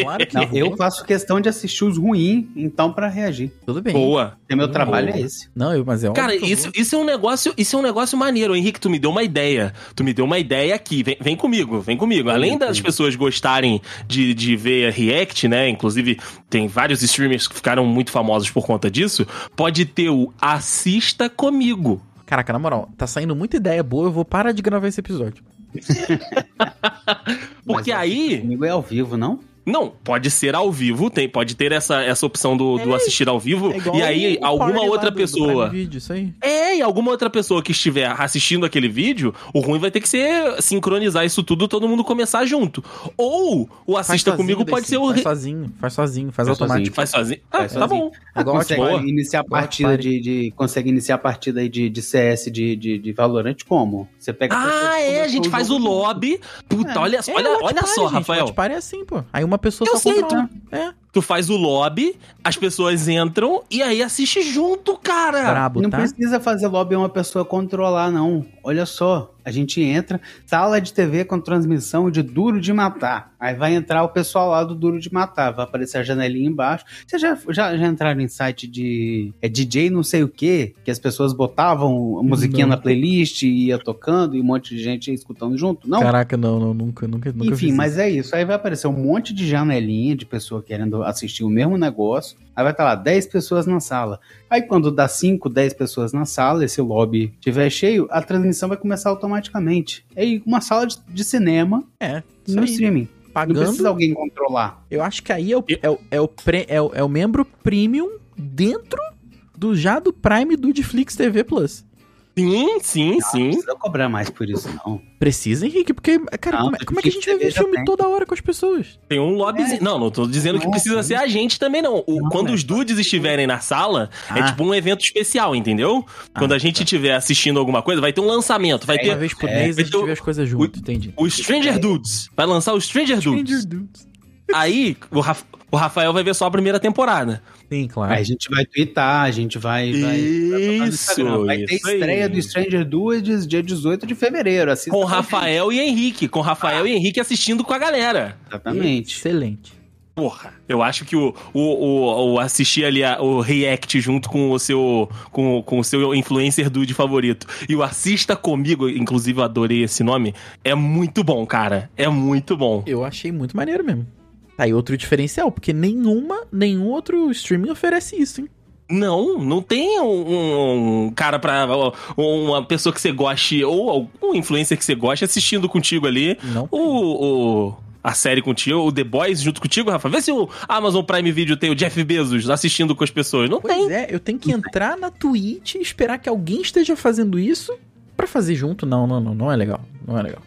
S2: Claro que
S4: Não, eu
S2: vou.
S4: faço questão de assistir os ruins, então, pra reagir.
S2: Tudo bem.
S3: Hum, Boa.
S4: Porque meu
S2: Boa.
S4: trabalho é esse.
S2: Não, eu, mas é óbvio
S3: Cara,
S2: que eu
S3: isso,
S2: vou.
S3: isso é um negócio, isso é um negócio maneiro, Henrique. Tu me deu uma ideia. Tu me deu uma ideia aqui. Vem, vem comigo, vem comigo. Além das pessoas gostarem de, de ver React, né? Inclusive, tem vários streamers que ficaram muito famosos por conta disso. Pode ter o Assista Comigo.
S2: Caraca, na moral, tá saindo muita ideia boa, eu vou parar de gravar esse episódio.
S3: Porque
S4: Mas
S3: aí.
S4: Comigo é ao vivo, não?
S3: Não, pode ser ao vivo, tem, pode ter essa, essa opção do, do assistir ao vivo.
S2: É igual
S3: e aí,
S2: o- o
S3: alguma
S2: Parler lá
S3: outra
S2: do- do Prime
S3: pessoa.
S2: Video, isso aí.
S3: É, e alguma outra pessoa que estiver assistindo aquele vídeo, o ruim vai ter que ser sincronizar isso tudo, todo mundo começar junto. Ou o assista
S2: Faz sozinho,
S3: comigo
S2: Deicinho,
S3: pode ser o.
S2: Faz
S3: re-
S2: sozinho, faz sozinho, faz,
S4: Faz
S2: automático.
S3: Faz sozinho. Ah,
S4: Faz
S3: tá bom.
S4: sozinho. Ah,
S2: Igual
S4: consegue
S3: Boa.
S4: iniciar a
S2: Igual
S4: partida
S2: Atari.
S4: de, de- Consegue iniciar a partida aí de, de CS de, de, de Valorant como? Você pega
S3: Ah, é, a gente faz o lobby. Puta,
S4: É.
S3: olha, olha,
S2: watch
S3: olha
S2: party,
S3: só,
S2: gente,
S3: Rafael.
S2: Watch party é assim, pô. Aí uma pessoa
S3: Eu
S2: só
S3: sei,
S2: controla. É,
S3: Tu faz o lobby, as pessoas entram e aí assiste junto, cara.
S2: brabo,
S4: Não
S2: tá?
S4: precisa fazer lobby uma pessoa controlar, não. Olha só, a gente entra, sala de TV com transmissão de Duro de Matar. Aí vai entrar o pessoal lá do Duro de Matar, vai aparecer a janelinha embaixo. Vocês já, já, já entraram em site de é DJ não sei o que, que as pessoas botavam a musiquinha
S2: Não.
S4: na playlist e ia tocando e um monte de gente ia escutando junto? Não.
S2: Caraca, não, não, nunca, nunca, nunca
S4: Enfim,
S2: fiz
S4: mas
S2: isso.
S4: é isso. Aí vai aparecer um monte de janelinha de pessoa querendo assistir o mesmo negócio. Aí vai estar lá 10 pessoas na sala. Aí quando dá 5, 10 pessoas na sala, esse lobby tiver cheio, a transmissão vai começar automaticamente. Aí uma sala de, de cinema
S2: É,
S4: no
S2: isso aí,
S4: streaming. Não
S2: pagando.
S4: precisa alguém controlar.
S2: Eu acho que aí é o, é o, é o, pre- é o, é o membro premium dentro do já do Prime do Netflix TV Plus.
S3: Sim, sim,
S4: Não
S3: sim.
S4: precisa cobrar mais por isso, não.
S2: Precisa, Henrique, porque, cara,
S4: Não,
S2: como, é-
S4: mas
S2: como é que a
S4: Netflix
S2: gente vai ver
S4: TV já
S2: filme
S4: tem.
S2: toda hora com as pessoas?
S3: Tem um lobbyzinho. Não, não tô dizendo que
S4: Não,
S3: precisa
S4: não.
S3: ser a gente também, não. O-
S4: É. Não,
S3: quando
S4: né?
S3: os dudes estiverem na sala, é
S4: Ah. tá.
S3: tipo um evento especial, entendeu? Quando a gente estiver assistindo alguma coisa, vai ter um lançamento, vai
S2: Uma
S3: ter
S2: vez por
S4: é,
S2: mês a gente
S3: então-
S2: vê as coisas junto, entendi.
S3: o Stranger Dudes. Vai lançar o Stranger Dudes. Aí o, Raf- o Rafael vai ver só a primeira temporada.
S2: Sim, claro.
S4: Aí a gente vai twittar, a gente vai. vai- vai botar no
S3: Isso,
S4: Instagram. vai ter
S3: isso aí.
S4: estreia do Stranger Dudes dia 18 de fevereiro. Assista
S3: Com
S4: a gente.
S3: Rafael e Henrique. Com Rafael e Henrique assistindo com a galera.
S4: Exatamente.
S2: Excelente.
S3: Porra, eu acho que o, o, o, o assistir ali a- o React junto com o seu com, com o seu influencer dude favorito e o Assista Comigo, inclusive eu adorei esse nome, é muito bom, cara. É muito bom.
S2: Eu achei muito maneiro mesmo. Tá aí outro diferencial, porque nenhuma, nenhum outro streaming oferece isso, hein?
S3: Não, não tem um, um cara pra. uma pessoa que você goste ou algum influencer que você goste assistindo contigo ali
S2: Não.
S3: o, o- a série contigo, o The Boys junto contigo, Rafa. Vê se o Amazon Prime Video tem o Jeff Bezos assistindo com as pessoas. Não tem.
S2: Pois é, eu tenho que entrar na Twitch e esperar que alguém esteja fazendo isso pra fazer junto. Não, não, não, não é legal. Não é legal.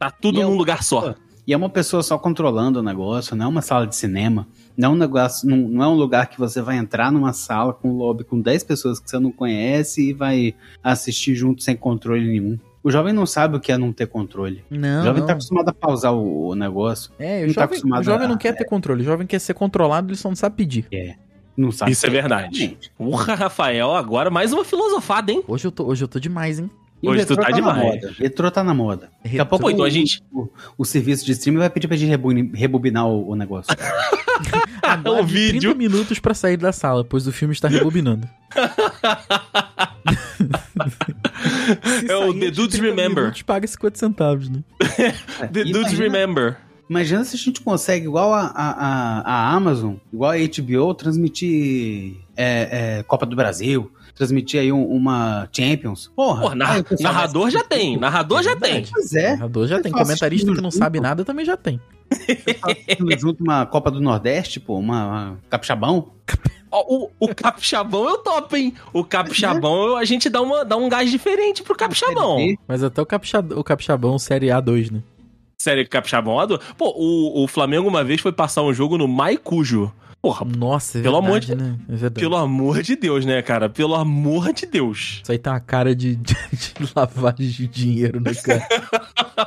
S3: Tá tudo
S4: E é
S3: num
S4: um-
S3: lugar só.
S4: Pô, E é uma pessoa só controlando o negócio, não é uma sala de cinema. Não é um, negócio, não, não é um lugar que você vai entrar numa sala com um lobby com 10 pessoas que você não conhece e vai assistir junto sem controle nenhum. O jovem não sabe o que é não ter controle.
S2: Não,
S4: o jovem
S2: não.
S4: tá acostumado a pausar o, o negócio.
S2: É, o
S4: não tá
S2: jovem,
S4: acostumado
S2: o jovem
S4: a-
S2: não quer ter controle. O jovem quer ser controlado, ele só não sabe pedir.
S4: Não sabe
S3: Isso é verdade. Porra, Rafael, agora mais uma filosofada, hein?
S2: Hoje eu tô, hoje eu tô demais, hein?
S4: E o
S3: Hoje tu
S4: retrô
S3: tá
S4: tá, na
S3: demais.
S4: moda. Retrô tá na moda. Daqui a
S2: Retrô-
S4: pouco
S3: Pô, então a gente-
S4: o, o serviço de streaming vai pedir pra gente rebu- rebobinar o, o negócio.
S2: Aguarde
S3: o
S2: 30
S3: vídeo.
S2: minutos pra sair da sala, pois o filme está rebobinando. Se
S3: É o
S2: sair
S3: The
S2: de
S3: Dudes
S2: 30
S3: Remember.
S2: Minutos, paga 50 centavos, né?
S3: The Dudes
S4: Imagina-
S3: Remember.
S4: Imagina se a gente consegue, igual a, a, a, a Amazon, igual a HBO, transmitir é, é, Copa do Brasil, transmitir aí um- uma Champions. Porra,
S3: Porra, narra-
S4: aí o pessoal
S3: narrador
S4: vai-
S3: já tem. Narrador já tem.
S4: Pois é,
S2: Narrador já
S4: Eu
S2: tem.
S4: faço
S2: Comentarista
S4: tudo
S2: que não
S4: junto.
S2: sabe nada também já tem.
S4: tá assistindo junto uma Copa do Nordeste, pô, uma, uma capixabão.
S3: Ó, O, o capixabão eu topo, hein? O capixabão, eu- a gente dá, uma, dá um gás diferente pro capixabão.
S4: Uhum. Série B.
S2: Mas até o, capixab... o capixabão Série A2, né?
S3: Sério, capixabão, eu adoro. Pô, o, o Flamengo uma vez foi passar um jogo no Maicujo. Porra,
S2: Nossa, é
S3: Pelo amor
S2: verdade, né? É verdade.
S3: Pelo amor de Deus, né, cara? Pelo amor de Deus.
S2: Isso aí tá uma cara de, de, de lavagem de dinheiro, né, cara?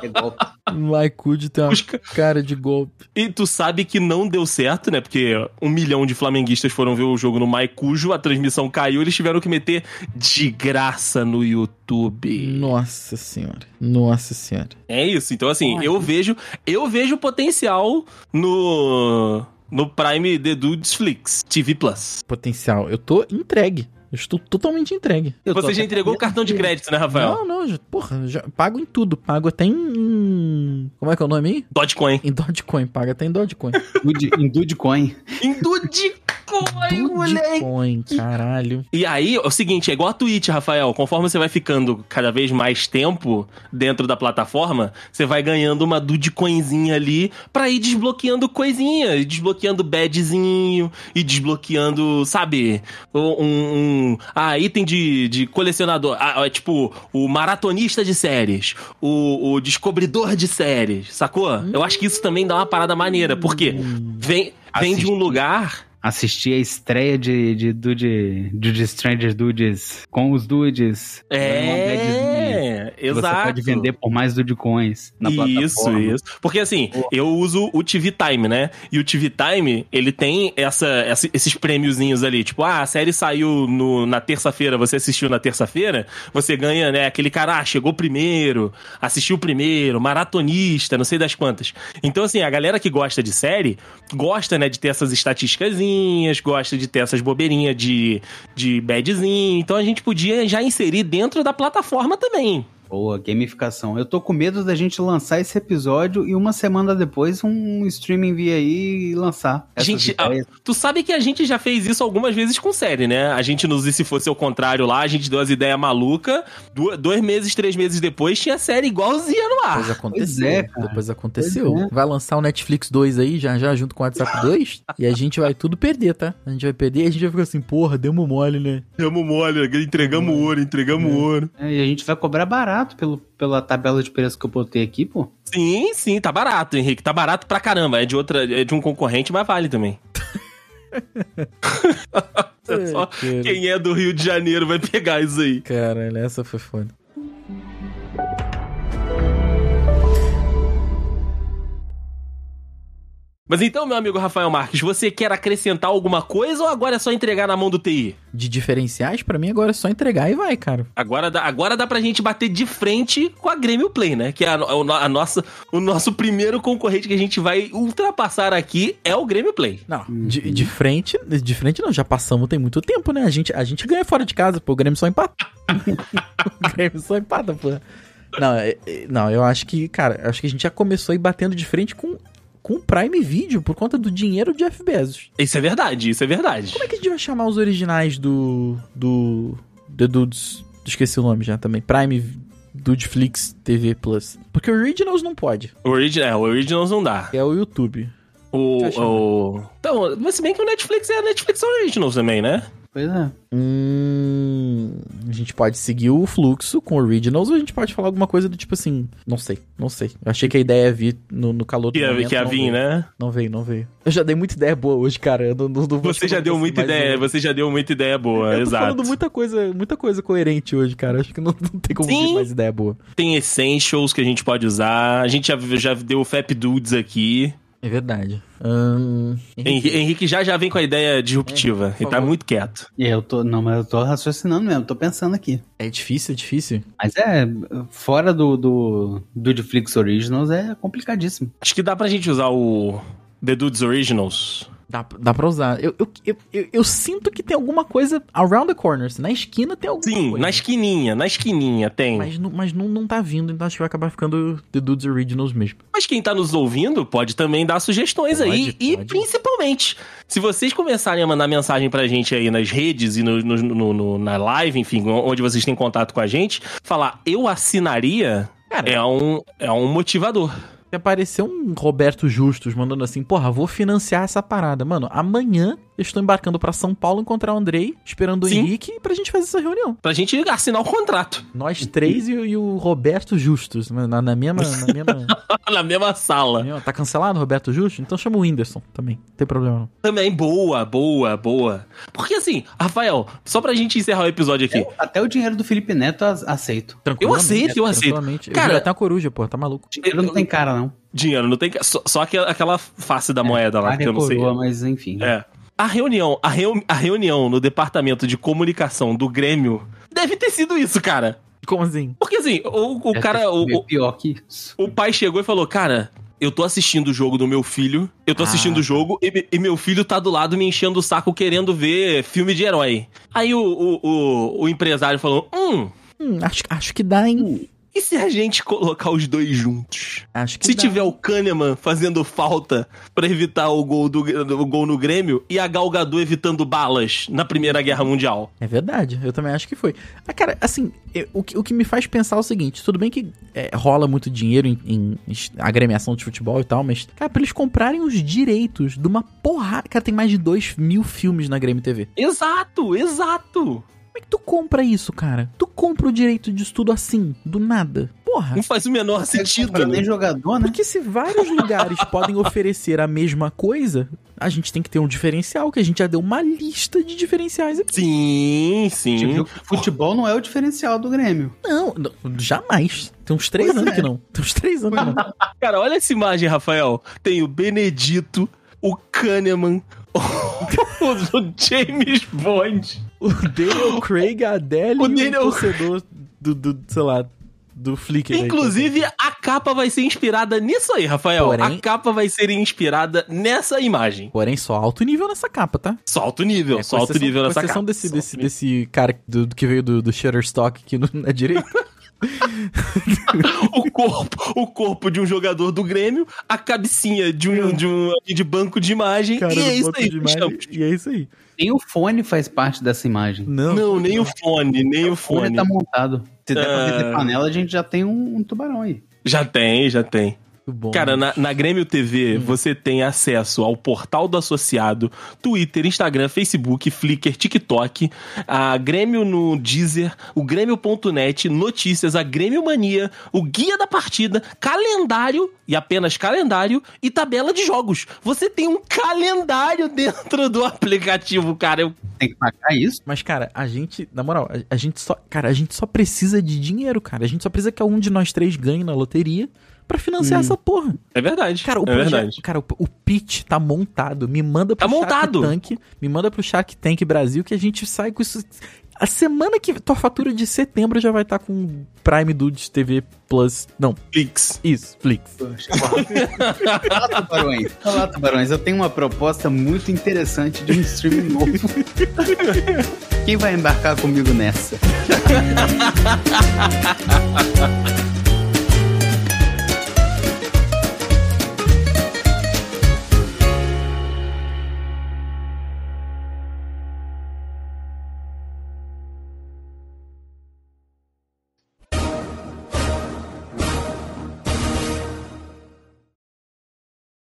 S4: É igual-
S2: Maicude tem uma
S3: Os ca-
S2: cara de golpe.
S3: E tu sabe que não deu certo, né? Porque um milhão de flamenguistas foram ver o jogo no Maicujo, a transmissão caiu, eles tiveram que meter de graça no YouTube.
S2: Nossa senhora. Nossa senhora.
S3: É isso. Então, assim, eu vejo eu vejo potencial no no Prime The Dudes Flix, TV Plus.
S2: Potencial. Eu tô entregue. Eu estou totalmente entregue.
S4: Eu tô
S3: Você já
S4: até-
S3: entregou o cartão de crédito, né, Rafael?
S2: Não, não, já- porra, já pago em tudo. Pago até em. Como é que é o nome aí?
S3: Dogecoin.
S2: Em Dogecoin, pago até em Dogecoin.
S4: Dude- em Dudecoin.
S3: Em Dogecoin. Bitcoin, moleque!
S2: Bitcoin, caralho.
S3: E aí, é o seguinte, é igual a Twitch, Rafael. Conforme você vai ficando cada vez mais tempo dentro da plataforma, você vai ganhando uma Dudecoinzinha ali pra ir desbloqueando coisinha, e desbloqueando badzinho, e desbloqueando, sabe, um, um- ah, item de, de colecionador. Ah, é tipo, o maratonista de séries, o, o descobridor de séries, sacou? Eu acho que isso também dá uma parada maneira, porque
S2: Hum.
S3: vem, vem de um
S4: Assistir.
S3: lugar
S4: Assisti a estreia de, de, Dude, de Stranger Dudes com os Dudes.
S3: É, exato.
S4: Você pode vender por mais Dudecoins na
S3: isso,
S4: plataforma.
S3: isso. Porque assim,
S4: Boa.
S3: eu uso o TV Time, né? E o TV Time, ele tem essa, essa- esses prêmiozinhos ali. Tipo, ah, a série saiu no- na terça-feira, você assistiu na terça-feira, você ganha, né? Aquele cara, ah, chegou primeiro, assistiu primeiro, maratonista, não sei das quantas. Então, assim, a galera que gosta de série gosta, né, de ter essas estatísticazinhas, gosta de ter essas bobeirinhas de, de badzinho. Então a gente podia já inserir dentro da plataforma também.
S4: Boa, gamificação. Eu tô com medo da gente lançar esse episódio e uma semana depois um streaming vir aí e lançar. essas
S3: Gente,
S4: ideias.
S3: Tu sabe que a gente já fez isso algumas vezes com série, né? A gente nos E Se Fosse ao Contrário lá, a gente deu as ideias malucas. Dois meses, três meses depois, tinha série igualzinha no
S2: Depois
S3: ar.
S2: aconteceu.
S4: é, cara.
S2: Depois aconteceu.
S4: Pois é.
S2: Vai lançar o Netflix 2 aí, já já, junto com o WhatsApp 2. e a gente vai tudo perder, tá? A gente vai perder e a gente vai ficar assim, porra, demos mole, né?
S3: Damos mole, entregamos ouro, entregamos ouro.
S4: É, e a gente vai cobrar barato pelo, pela tabela de preço que eu botei aqui, pô.
S3: Sim, sim, tá barato, Henrique. Tá barato pra caramba. É de outra, é de um concorrente, mas vale também. É só
S2: Ai, cara.
S3: quem é do Rio de Janeiro vai pegar isso aí.
S2: Caralho, essa foi foda.
S3: Mas então, meu amigo Rafael Marques, você quer acrescentar alguma coisa ou agora é só entregar na mão do TI?
S2: De diferenciais, pra mim agora é só entregar e vai, cara.
S3: Agora dá, agora dá pra gente bater de frente com a Grêmio Play, né? Que é a, no- a no- a nossa, o nosso primeiro concorrente que a gente vai ultrapassar aqui é o Grêmio Play.
S2: Não,
S4: Uhum.
S2: de, de frente, de frente não, já passamos tem muito tempo, né? A gente, a gente ganha fora de casa, pô, o Grêmio só empata. o Grêmio só empata, pô. Não, é- é- não, eu acho que, cara, acho que a gente já começou aí batendo de frente com com o Prime Video por conta do dinheiro de Jeff Bezos.
S3: Isso é verdade, isso é verdade.
S2: Como é que a gente vai chamar os originais do do do Dudes? Esqueci o nome já também. Prime Dudeflix TV Plus. Porque o Originals não pode.
S3: O, original, é, o Originals não dá.
S2: É o YouTube.
S3: O,
S2: Deixa eu né?
S3: o- Então, mas se bem que o Netflix é Netflix Originals também, né?
S4: Pois é.
S2: Hum, a gente pode seguir o fluxo com originals ou a gente pode falar alguma coisa do tipo assim, não sei, não sei. Eu achei que a ideia ia vir no, no calor do
S3: Que ia,
S2: momento,
S3: que ia
S2: não
S3: vir,
S2: veio.
S3: né?
S2: Não veio, não veio. Eu já dei muita ideia boa hoje, cara. Eu não, não- não vou
S3: Você
S2: te
S3: já
S2: falar
S3: deu
S2: assim,
S3: muita
S2: mas
S3: ideia,
S2: eu-
S3: você já deu muita ideia boa,
S2: eu tô
S3: exato.
S2: falando muita coisa, muita coisa coerente hoje, cara. Acho que não, não tem como vir
S3: Sim.
S2: mais ideia boa.
S3: Tem Essentials que a gente pode usar, a gente já, já deu o Fap Dudes aqui.
S2: É verdade. Hum,
S3: Henrique, Henrique já já vem com a ideia disruptiva
S2: É, por
S3: e tá
S2: favor.
S3: muito quieto.
S4: E eu tô. Não, mas eu tô raciocinando mesmo, tô pensando aqui.
S2: é difícil, é difícil.
S4: Mas é, fora do, do, do Netflix Originals é complicadíssimo.
S3: Acho que dá pra gente usar o The Dudes Originals.
S2: Dá, dá pra usar. Eu, eu, eu, eu- eu sinto que tem alguma coisa around the corners. Na esquina tem alguma
S3: Sim,
S2: coisa.
S3: na esquininha, na esquininha tem. Mas...
S2: Mas, não- mas não, não tá vindo, então acho que vai acabar ficando The Dudes Originals mesmo.
S3: quem tá nos ouvindo pode também dar sugestões
S2: Pode,
S3: aí. E
S2: pode.
S3: principalmente, se vocês começarem a mandar mensagem pra gente aí nas redes e no, no- no- no- na live, enfim, onde vocês têm contato com a gente, falar eu assinaria
S2: Cara,
S3: é um, é um motivador.
S2: se aparecer um Roberto Justus mandando assim, porra, vou financiar essa parada. Mano, amanhã eu estou embarcando pra São Paulo encontrar o Andrei, esperando o
S3: Sim.
S2: Henrique, pra gente fazer essa reunião.
S3: Pra gente assinar o contrato
S2: Nós três e, o- e o Roberto Justus, na, na mesma... Na mesma,
S3: na mesma
S2: na
S3: sala.
S2: mesma- tá cancelado o Roberto Justus? Então chama o Whindersson também, não tem problema não.
S3: Também boa, boa, boa. Porque assim, Rafael, só pra gente encerrar o episódio aqui.
S4: Eu- até o dinheiro do Felipe Neto as- aceito.
S2: Tranquilamente,
S3: aceito, eu aceito.
S2: né? tranquilamente. Eu
S3: Cara-
S2: virei até uma coruja, porra, tá maluco.
S4: Dinheiro não tem cara, não.
S3: Dinheiro, não tem. que- Só, só aquela, aquela face da moeda lá,
S4: Cara
S3: que eu
S4: é
S3: não sei.
S4: coroa, mas enfim.
S3: É. A reunião, a, reu- a reunião no departamento de comunicação do Grêmio deve ter sido isso, cara.
S2: Como assim?
S3: Porque assim, o, o
S4: Deve
S3: cara.
S4: ter
S3: O,
S4: sido
S3: o-
S4: pior que isso.
S3: o pai chegou e falou, cara. Eu tô assistindo o jogo do meu filho, eu tô
S2: Ah.
S3: assistindo o jogo e, me- e meu filho tá do lado me enchendo o saco querendo ver filme de herói. Aí o, o, o- o empresário falou: Hum,
S2: Hum, acho, acho que dá, hein?
S3: E se a gente colocar os dois juntos?
S2: Acho que
S3: Se
S2: dá.
S3: tiver o Kahneman fazendo falta pra evitar o gol, do, o gol no Grêmio e a Gal Gadot evitando balas na Primeira Guerra Mundial.
S2: É verdade, eu também acho que foi. Ah, cara, assim, eu- o, que, o que me faz pensar é o seguinte: tudo bem que é, rola muito dinheiro em, em es- agremiação de futebol e tal, mas, cara, pra eles comprarem os direitos de uma porrada. Cara, tem mais de 2 mil filmes na Grêmio TV.
S3: Exato, exato.
S2: Como é que tu compra isso, cara? Tu compra o direito disso tudo assim, do nada? Porra.
S3: Não faz o menor
S4: Sentido,
S3: sentido.
S4: nem jogador, né?
S2: Porque se vários lugares podem oferecer a mesma coisa, a gente tem que ter um diferencial, que a gente já deu uma lista de diferenciais aqui.
S3: Sim,
S4: Você
S3: sim.
S4: viu que Futebol não é o diferencial do Grêmio.
S2: Não, não, jamais. Tem uns três
S4: Pois
S2: anos
S4: é.
S2: que não. Tem uns três anos que não.
S3: Cara, olha essa imagem, Rafael. Tem o Benedito, o Kahneman, o James Bond.
S2: O Daniel Craig, a Adele
S3: O
S2: e
S3: Daniel-
S2: o torcedor do, do, sei lá, do Flickr. aí.
S3: Inclusive, a capa vai ser inspirada nisso aí, Rafael.
S2: Porém-
S3: A capa vai ser inspirada nessa imagem.
S2: Porém, só alto nível nessa capa, tá?
S3: Só alto nível,
S2: É,
S3: só
S2: com
S3: alto
S2: exceção-
S3: nível
S2: com
S3: nessa
S2: exceção
S3: capa.
S2: Desse,
S3: Só
S2: desse,
S3: alto nível.
S2: desse cara do, do que veio do, do Shutterstock aqui no, na direita.
S3: O, corpo, o corpo de um jogador do Grêmio, a cabecinha de um, de um de banco de imagem,
S2: Cara,
S3: e
S2: do
S3: é isso
S2: banco
S3: aí.
S2: de imagem,
S3: fechamos.
S2: e é isso aí.
S4: Nem o fone faz parte dessa imagem.
S2: Não,
S3: Não, nem o fone, nem o
S4: O fone
S3: fone.
S4: tá montado. Se der pra
S3: É.
S4: vender panela, a gente já tem um, um tubarão aí.
S3: Já tem, já tem.
S2: muito bom. Hum.
S3: Cara, na, na Grêmio TV você tem acesso ao portal do associado, Twitter, Instagram, Facebook, Flickr, TikTok, a Grêmio no Deezer, o Grêmio.net, notícias, a Grêmio Mania, o guia da partida, calendário e apenas calendário e tabela de jogos. Você tem um calendário dentro do aplicativo, cara. Eu-
S4: Tem que pagar isso?
S2: Mas, cara, a gente, na moral, a, a gente só. Cara, a gente só precisa de dinheiro, cara. A gente só precisa que algum de nós três ganhe na loteria pra financiar essa porra.
S3: É verdade.
S2: Cara, o
S3: é
S2: projeto-
S3: verdade.
S2: cara, o, o pitch tá montado. Me manda pro
S3: Tá
S2: Shark
S3: montado.
S2: Tank, me manda pro Shark Tank Brasil que a gente sai com isso. A semana que tua fatura de setembro já vai estar tá com Prime Dudes TV Plus. Não,
S3: Flix.
S2: isso, Flix.
S4: Olá, tubarões. Olá, tubarões. Eu tenho uma proposta muito interessante de um streaming novo. Quem vai embarcar comigo nessa?